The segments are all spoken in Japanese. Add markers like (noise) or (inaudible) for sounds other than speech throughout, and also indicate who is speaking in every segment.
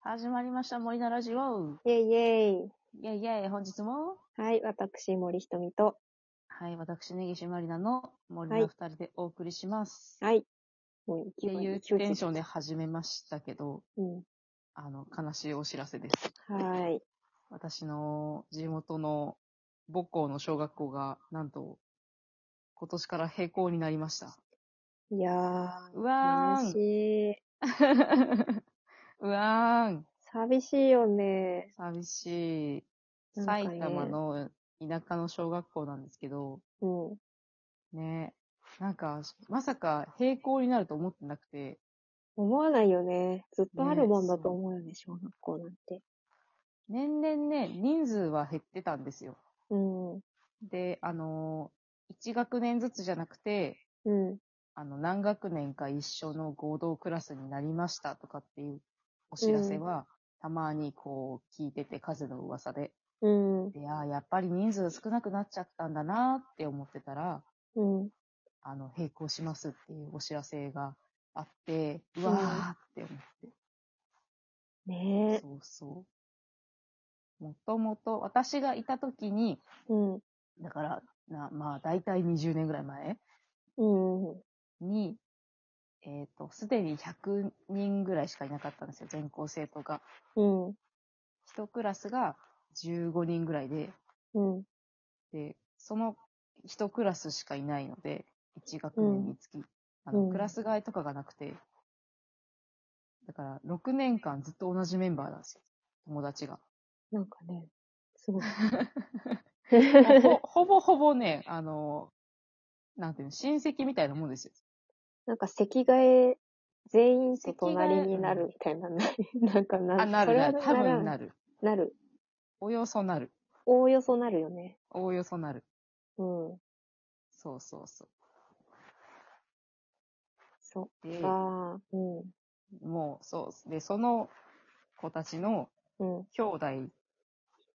Speaker 1: 始まりました、森のラジオ。
Speaker 2: イェイイェイ。
Speaker 1: イェイイェイ、本日も、
Speaker 2: はい、私、森ひとみと。
Speaker 1: はい、私、根岸まりなの森の二人でお送りします。
Speaker 2: はい。もう勢
Speaker 1: っていうテンションで。始めましたけど、
Speaker 2: うん。
Speaker 1: あの、悲しいお知らせです。
Speaker 2: はい。
Speaker 1: 私の地元の母校の小学校が、なんと、今年から閉校になりました。
Speaker 2: いや
Speaker 1: う
Speaker 2: ー、
Speaker 1: わー
Speaker 2: 悲
Speaker 1: ん。
Speaker 2: しい。 (laughs)
Speaker 1: うわーん。
Speaker 2: 寂しいよね。
Speaker 1: 寂しい。
Speaker 2: なんかね
Speaker 1: 埼玉の田舎の小学校なんですけど、
Speaker 2: うん。
Speaker 1: ね。なんか、まさか閉校になると思ってなくて、
Speaker 2: 思わないよね。ずっとあるもんだ
Speaker 1: ね
Speaker 2: と
Speaker 1: そう
Speaker 2: 思うよね、小学校なんて。
Speaker 1: 年々ね、人数は減ってたんですよ。
Speaker 2: うん。
Speaker 1: で、あのー、1学年ずつじゃなくて、
Speaker 2: うん。
Speaker 1: あの、何学年か一緒の合同クラスになりましたとかっていうお知らせは、たまにこう聞いてて風の噂で。
Speaker 2: うん。
Speaker 1: いやー、やっぱり人数少なくなっちゃったんだなーって思ってたら、
Speaker 2: うん。
Speaker 1: あの、並行しますっていうお知らせがあって、うわーって思って。
Speaker 2: ね
Speaker 1: そうそう。もともと、私がいた時に、
Speaker 2: え。うん。
Speaker 1: だから、なまあ、大体20年ぐらい前
Speaker 2: うん。う
Speaker 1: に、えっ、と、すでに100人ぐらいしかいなかったんですよ、全校生徒が。
Speaker 2: ん。
Speaker 1: 一クラスが15人ぐらいで、
Speaker 2: うん。
Speaker 1: で、その一クラスしかいないので、1学年につき、あ
Speaker 2: う
Speaker 1: の、
Speaker 2: ん
Speaker 1: クラス替えとかがなくて、だから、6年間ずっと同じメンバーなんですよ、友達が。
Speaker 2: なんかね、
Speaker 1: (laughs)
Speaker 2: すごい。 (laughs)
Speaker 1: ほ (laughs) ほぼほぼね、あの、なんていうの、親戚みたいなもんですよ。
Speaker 2: なんか席替え、全員と隣になるみたいな、ないなんかな
Speaker 1: あ、なるなる。多分
Speaker 2: な
Speaker 1: な
Speaker 2: る。
Speaker 1: る。
Speaker 2: なる。
Speaker 1: およそなる。
Speaker 2: おおよそなるよね。
Speaker 1: おおよそなる。
Speaker 2: うん。
Speaker 1: そうそうそ。
Speaker 2: そう
Speaker 1: で
Speaker 2: っ、か。うん。
Speaker 1: もう、そう。で、その子たちの
Speaker 2: うん。
Speaker 1: 兄弟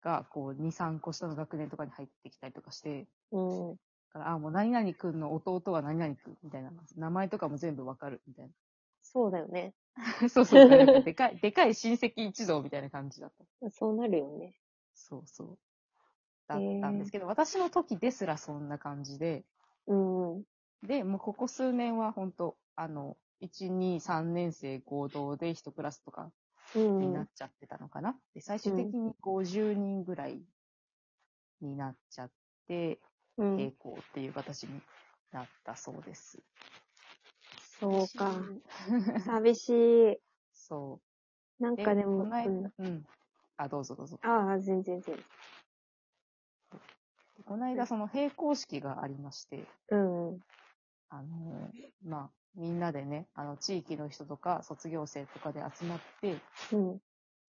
Speaker 1: が、こう、2、3個下の学年とかに入ってきたりとかして、
Speaker 2: うん。
Speaker 1: だからあ、もう何々くんの弟は何々くん、みたいな。名前とかも全部わかる、みたい
Speaker 2: そうだよね。
Speaker 1: な。 (laughs) そうそう。なんかでかい、でかい親戚一同みたいな感じだった。
Speaker 2: そうなるよね。
Speaker 1: そうそう。だったんですけど、私の時ですらそんな感じで、
Speaker 2: うん。
Speaker 1: で、もうここ数年は本当あの、1、2、3年生合同で1クラスとか
Speaker 2: う
Speaker 1: に
Speaker 2: ん。
Speaker 1: なっちゃってたのかな。で、最終的に50人ぐらいになっちゃって、
Speaker 2: うん
Speaker 1: 並。行っていう形になったそうです。
Speaker 2: そうか。寂しい。
Speaker 1: そ
Speaker 2: なん
Speaker 1: う。で
Speaker 2: かでも、
Speaker 1: こ
Speaker 2: う
Speaker 1: の間
Speaker 2: ん、
Speaker 1: うん。あ、どうぞどうぞ。
Speaker 2: ああ、全然全然。
Speaker 1: この間その並行式がありまして、
Speaker 2: うん。
Speaker 1: あのーまあ、みんなでね、あの、地域の人とか、卒業生とかで集まって、
Speaker 2: うん。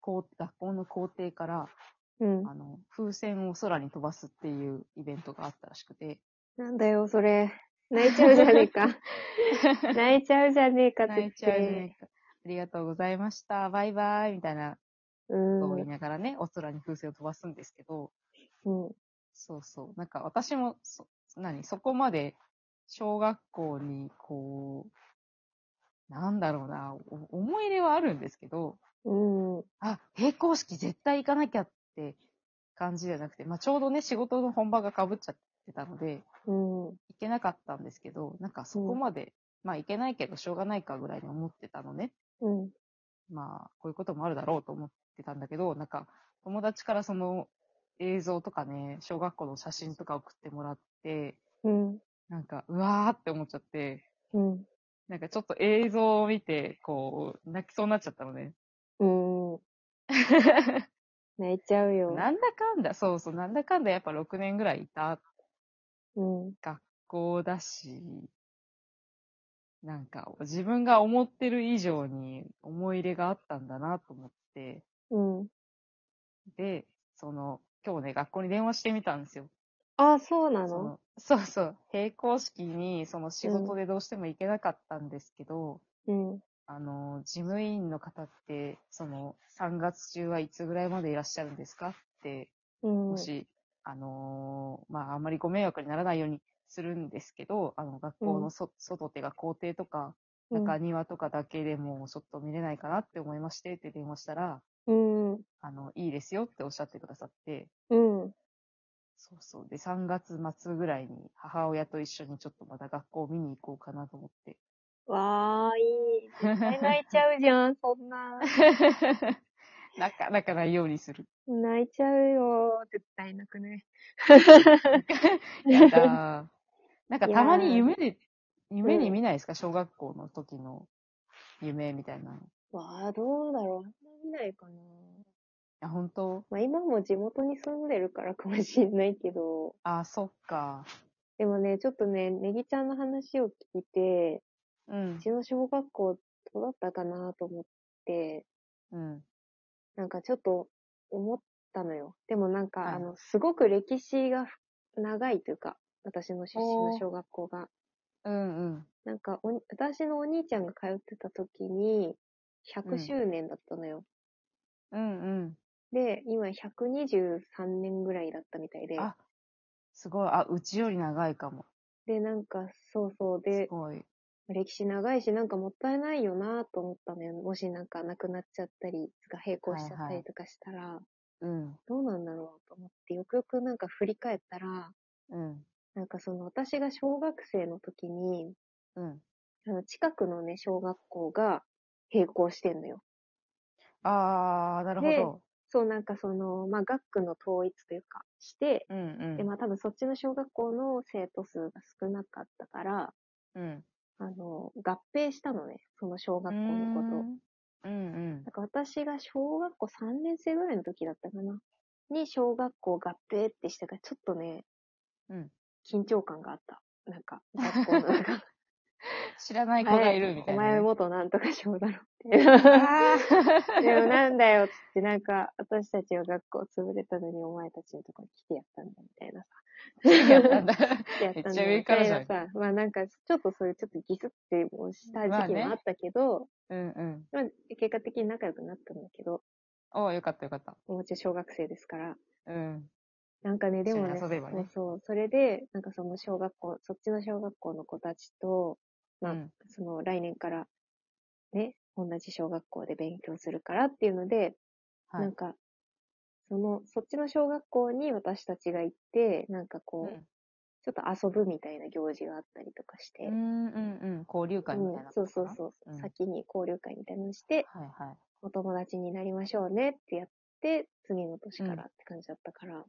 Speaker 1: こう、学校の校庭から、
Speaker 2: うん。
Speaker 1: あの、風船を空に飛ばすっていうイベントがあったらしくて、
Speaker 2: なんだよ、それ。泣いちゃうじゃね
Speaker 1: (laughs)
Speaker 2: えか。泣いちゃうじゃねえかって
Speaker 1: 泣
Speaker 2: 言
Speaker 1: い
Speaker 2: っ
Speaker 1: ちゃう
Speaker 2: て。
Speaker 1: ね。ありがとうございました。バイバイみたいな
Speaker 2: う
Speaker 1: ことを言い
Speaker 2: ん。
Speaker 1: ながらね、お空に風船を飛ばすんですけど、
Speaker 2: うん。
Speaker 1: そうそう。なんか私も、そ、何、そこまで、小学校に、こう、なんだろうな、お思い入れはあるんですけど、
Speaker 2: うん。
Speaker 1: あ、並行式絶対行かなきゃって感じじゃなくて、まあちょうどね、仕事の本番が被っちゃってたので、
Speaker 2: うん。
Speaker 1: 行けなかったんですけど、なんかそこまで、まあ行けないけどしょうがないかぐらいに思ってたのね。
Speaker 2: うん。
Speaker 1: まあ、こういうこともあるだろうと思ってたんだけど、なんか友達からその映像とかね、小学校の写真とか送ってもらって、
Speaker 2: うん。
Speaker 1: なんか、うわーって思っちゃって、
Speaker 2: うん。
Speaker 1: なんかちょっと映像を見て、こう、泣きそうになっちゃったのね。
Speaker 2: うん。泣いちゃうよ。
Speaker 1: なんだかんだ、そうそう、なんだかんだやっぱ6年ぐらいいた
Speaker 2: うん。
Speaker 1: 学校だし、なんか自分が思ってる以上に思い入れがあったんだなと思って、
Speaker 2: うん。
Speaker 1: で、その、今日ね、学校に電話してみたんですよ。
Speaker 2: あ、そうな
Speaker 1: そ
Speaker 2: の
Speaker 1: のそうそう、並行式に、その仕事でどうしても行けなかったんですけど、
Speaker 2: うん。
Speaker 1: あの、事務員の方って、その、3月中はいつぐらいまでいらっしゃるんですかって、
Speaker 2: うん
Speaker 1: も。し、あのーまあ、あんまりご迷惑にならないようにするんですけど、あの、学校のそ、外手が校庭とか、中庭とかだけでもちょっと見れないかなって思いましてって電話したら、
Speaker 2: うん。
Speaker 1: あの、いいですよっておっしゃってくださって、
Speaker 2: うん。
Speaker 1: そうそう。で、3月末ぐらいに母親と一緒にちょっとまた学校見に行こうかなと思
Speaker 2: (laughs)
Speaker 1: って。
Speaker 2: わー、いい。絶対泣いちゃうじゃん、そんな。
Speaker 1: なかなかないようにする。
Speaker 2: 泣いちゃうよ。絶対泣くね。
Speaker 1: や
Speaker 2: (laughs)
Speaker 1: だー。なんか
Speaker 2: いやー
Speaker 1: たまに夢で、夢に見ないですか、小学校の時の夢みたいなの。
Speaker 2: わあ、どうだろう。あんま見ないかな。
Speaker 1: あ、本当
Speaker 2: まあ今も地元に住んでるからかもしれないけど、
Speaker 1: あ、そっか。
Speaker 2: でもね、ちょっとね、ネギちゃんの話を聞いて、
Speaker 1: うん
Speaker 2: う。ちの小学校どうだったかなと思って、
Speaker 1: うん。
Speaker 2: なんかちょっと思ったのよ。でもなんか、
Speaker 1: はい
Speaker 2: あの、すごく歴史がふ長いというか、私の出身の小学校が。
Speaker 1: うんうん。
Speaker 2: なんかおに、私のお兄ちゃんが通ってた時に、
Speaker 1: うん
Speaker 2: 100周年だったのよ。
Speaker 1: うんうん。
Speaker 2: で、今123年ぐらいだったみたいで。
Speaker 1: あ、すごい。あ、うちより長いかも。
Speaker 2: で、なんか、そうそう。
Speaker 1: す
Speaker 2: で、
Speaker 1: ごい。
Speaker 2: 歴史長いし、なんかもったいないよなと思ったのよ。もしなんかなくなっちゃったり、が並行しちゃったりとかしたら、
Speaker 1: うん。
Speaker 2: どうなんだろうと思って、よくよくなんか振り返ったら、
Speaker 1: うん。
Speaker 2: なんかその私が小学生の時に、
Speaker 1: うん。
Speaker 2: あの近くのね、小学校が並行してんのよ。
Speaker 1: あー、なるほど。
Speaker 2: そうなんかその、まあ学区の統一というかして、
Speaker 1: うん
Speaker 2: でまあ多分そっちの小学校の生徒数が少なかったから、
Speaker 1: うん。うん。
Speaker 2: あの、合併したのね、その小学校のことを。
Speaker 1: うーんうん
Speaker 2: なんか私が小学校3年生ぐらいの時だったかな。に小学校合併ってしたから、ちょっとね、
Speaker 1: うん。うん。
Speaker 2: 緊張感があった。な
Speaker 1: (laughs)
Speaker 2: んか、学校の中で
Speaker 1: 知らない子がいるみたいなね。
Speaker 2: お前元なんとかしようだろ
Speaker 1: (laughs)
Speaker 2: って。
Speaker 1: あ (laughs)
Speaker 2: でもなんだよっつって、なんか、私たちは学校潰れたのにお前たちのとこに来てやったんだみたいなさ。
Speaker 1: ーやったんだ。
Speaker 2: 来てやったんだ
Speaker 1: めっちゃ上
Speaker 2: み
Speaker 1: か
Speaker 2: た
Speaker 1: ら
Speaker 2: い
Speaker 1: じゃん
Speaker 2: なさ。まあなんか、ちょっとそういうちょっとギスってもうした
Speaker 1: まあ
Speaker 2: 時期
Speaker 1: ね
Speaker 2: もあったけど、
Speaker 1: うんうん。
Speaker 2: まあ結果的に仲良くなったんだけど、
Speaker 1: おーよかったよかった。
Speaker 2: もうちょ小学生ですから。
Speaker 1: うん。
Speaker 2: なんかね、でもね、
Speaker 1: 一緒に遊べばね
Speaker 2: そうそう、それで、なんかその小学校、そっちの小学校の子たちと、まあ、
Speaker 1: うん
Speaker 2: その来年から、ね、同じ小学校で勉強するからっていうので、
Speaker 1: は
Speaker 2: なん
Speaker 1: い。
Speaker 2: か、その、そっちの小学校に私たちが行って、なんかこう、ちょっと遊ぶみたいな行事があったりとかして、
Speaker 1: うんうんうん。交流会みたいな
Speaker 2: うん
Speaker 1: こと
Speaker 2: そ
Speaker 1: か
Speaker 2: う
Speaker 1: な。
Speaker 2: そうそう、
Speaker 1: うん
Speaker 2: 先に交流会みたいなのして、
Speaker 1: はいはい。
Speaker 2: お友達になりましょうねってやって、次の年からって感じだったから、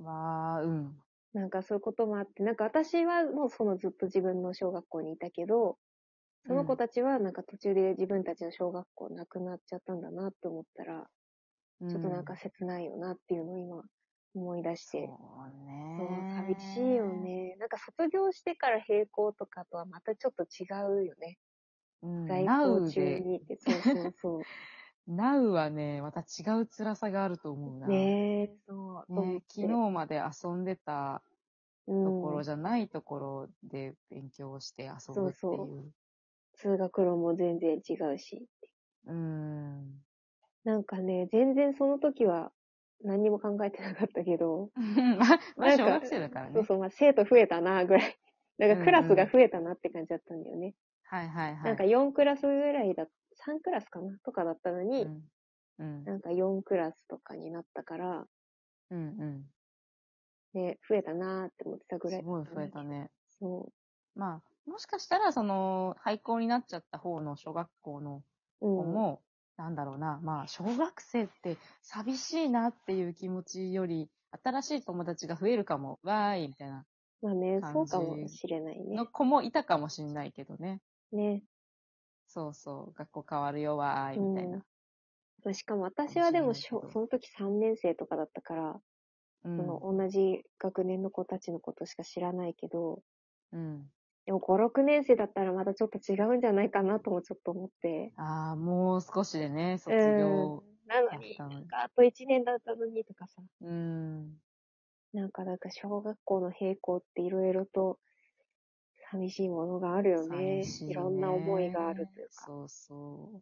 Speaker 1: わー、うん。
Speaker 2: なんかそういうこともあって、なんか私はもうそのずっと自分の小学校にいたけど、その子たちはなんか途中で自分たちの小学校なくなっちゃったんだなって思ったら、
Speaker 1: ち
Speaker 2: ちょっとなんか切ないよなっていうのを今思い出して、
Speaker 1: そうね
Speaker 2: そう寂しいよ。ね。なんか卒業してから並行とかとはまたちょっと違うよね。
Speaker 1: うん、
Speaker 2: 在
Speaker 1: ナ
Speaker 2: 校
Speaker 1: ウ
Speaker 2: 中
Speaker 1: で、
Speaker 2: にって、そうそうそ
Speaker 1: ナウはね、また違う辛さがあると思う (laughs) な。
Speaker 2: う。ねえ、そう。と思っ
Speaker 1: ね
Speaker 2: て
Speaker 1: 昨日まで遊んでたとこ
Speaker 2: う
Speaker 1: ろ
Speaker 2: ん、
Speaker 1: じゃないところで勉強をして遊ぶってい。
Speaker 2: そうう通学路も全然違うし。
Speaker 1: うーん。 (laughs)
Speaker 2: なんかね、全然その時は何にも考えてなかったけど、
Speaker 1: まあ、まあ、
Speaker 2: なん
Speaker 1: 小
Speaker 2: か
Speaker 1: 学生だから
Speaker 2: そう
Speaker 1: ね。
Speaker 2: そう、まあ生徒増えたな、ぐらい。 (laughs) なん
Speaker 1: うんう
Speaker 2: か
Speaker 1: ん
Speaker 2: クラスが増えたなって感じだったんだよね。
Speaker 1: はいはいはい。
Speaker 2: なんか4クラスぐらいだ、3クラスかなとかだったのに、
Speaker 1: うん。うん。
Speaker 2: なんか4クラスとかになったから、
Speaker 1: うんうん。
Speaker 2: ね、増えたなーって思ってたぐらい。
Speaker 1: すごい増えたね。
Speaker 2: そ
Speaker 1: まあ、もしかしたら、その、廃校になっちゃった方の小学校の
Speaker 2: う。うん。
Speaker 1: 子も、なんだろうな、まあ、小学生って寂しいなっていう気持ちより、新しい友達が増えるかも、わーい、みたいな、
Speaker 2: まあね、
Speaker 1: 感じ
Speaker 2: そうかもしれないね
Speaker 1: の。子もいたかもしんないけどね。
Speaker 2: ね。
Speaker 1: そうそう、学校変わるよ、わーい、みたいな。
Speaker 2: まあ、しかも私はでも
Speaker 1: かもしれないけ
Speaker 2: 小、
Speaker 1: ど
Speaker 2: その時3年生とかだったから、
Speaker 1: うん。
Speaker 2: その同じ学年の子たちのことしか知らないけど、
Speaker 1: うん。
Speaker 2: でも5、6年生だったらまたちょっと違うんじゃないかなともちょっと思って。
Speaker 1: ああ、もう少しでね、卒業。
Speaker 2: うん。なの
Speaker 1: やっ
Speaker 2: に、
Speaker 1: たのに
Speaker 2: なんかあと1年だったのにとかさ。
Speaker 1: うん。
Speaker 2: なんかなんか小学校の閉校っていろいろと寂しいものがあるよ
Speaker 1: 寂
Speaker 2: ね。
Speaker 1: し
Speaker 2: いろんな思いがあるというか。
Speaker 1: そうそ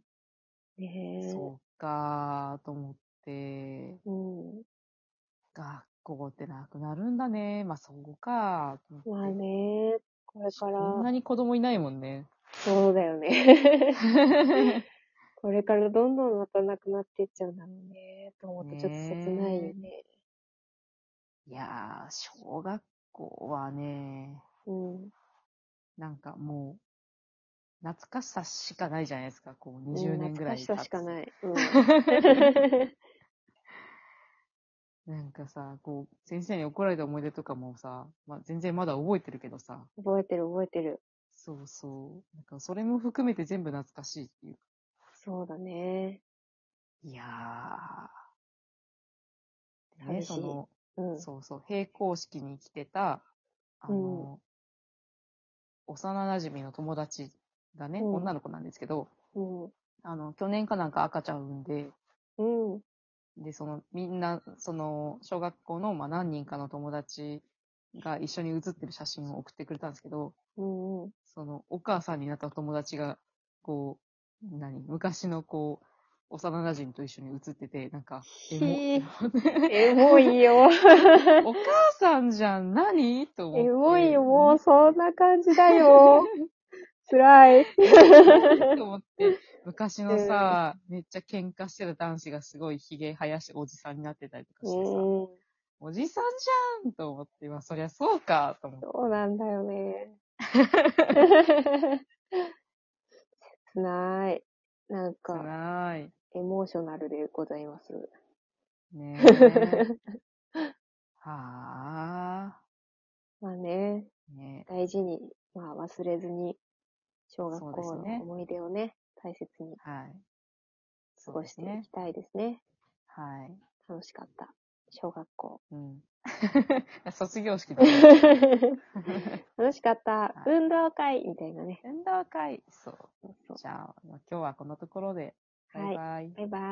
Speaker 2: ね
Speaker 1: う。
Speaker 2: え
Speaker 1: そうかーと思って、
Speaker 2: うん。
Speaker 1: 学校ってなくなるんだね。まあそうかーと思って
Speaker 2: まあね、これか
Speaker 1: こん
Speaker 2: ら、
Speaker 1: なに子供いないもんね。
Speaker 2: そうだよね。
Speaker 1: (laughs)
Speaker 2: これからどんどんまたなくなっていっちゃうんだろうね。と思ってちょっと切ないよね。
Speaker 1: いやー、小学校はね、
Speaker 2: うん。
Speaker 1: なんかもう、懐かしさしかないじゃないですか、こう20年ぐらい経つ。。
Speaker 2: うん懐かしさしかないい。
Speaker 1: (laughs)
Speaker 2: う
Speaker 1: なんかさ、こう、先生に怒られた思い出とかもさ、まあ、全然まだ覚えてるけどさ、
Speaker 2: ん。覚えてる覚えてる。
Speaker 1: そうそう。なんかそれも含めて全部懐かしいっていうか。
Speaker 2: そうだね。
Speaker 1: いやー。
Speaker 2: 寂
Speaker 1: ね、
Speaker 2: しい
Speaker 1: その、
Speaker 2: うん。
Speaker 1: そうそう、並行式に来てた、あの、幼馴染の友達がね、
Speaker 2: うん
Speaker 1: 女の子なんですけど、
Speaker 2: うん。
Speaker 1: あの、去年かなんか赤ちゃん産んで、
Speaker 2: うん。
Speaker 1: で、その、みんな、その、小学校の、まあ、何人かの友達が一緒に写ってる写真を送ってくれたんですけど、
Speaker 2: うん。
Speaker 1: (laughs)
Speaker 2: うん。
Speaker 1: その、お母さんになった友達が、こう、何昔の、こう、幼馴染と一緒に写ってて、なんか、エモ、
Speaker 2: ひ
Speaker 1: エモね
Speaker 2: エモ
Speaker 1: (laughs)
Speaker 2: いよ。
Speaker 1: お母さんじゃん、何と思っ
Speaker 2: エ
Speaker 1: て。
Speaker 2: モいよ。もうそんな感じだ
Speaker 1: (laughs)
Speaker 2: よ。辛い。
Speaker 1: と思って、昔のさ、めっちゃ喧嘩してた男子がすごい髭生やしておじさんになってたりとか
Speaker 2: うん。
Speaker 1: してさ、
Speaker 2: そ
Speaker 1: おじさんじゃんと思って、まあそりゃそうかと思
Speaker 2: (laughs)
Speaker 1: って。
Speaker 2: うなんだよね。切ない。なん
Speaker 1: つ
Speaker 2: か、
Speaker 1: らーい。
Speaker 2: エモーショナルでございます。
Speaker 1: ねえ。はあ。
Speaker 2: まあね、
Speaker 1: ね
Speaker 2: 大事に、まあ忘れずに、小学
Speaker 1: そ
Speaker 2: 校
Speaker 1: うです
Speaker 2: の
Speaker 1: ね
Speaker 2: 思い出をね、大切に
Speaker 1: え。はい。
Speaker 2: 過ごしていきたいですね。
Speaker 1: はい。
Speaker 2: 楽しかった。小学校。
Speaker 1: うん。 (laughs) 卒業式だね。
Speaker 2: (laughs) 楽しかった。
Speaker 1: い
Speaker 2: 運動会みたいなね。
Speaker 1: 運動会。そう。
Speaker 2: そうそう
Speaker 1: じゃあ、今日はこのところで。バイバイ。
Speaker 2: はい。バイバイ。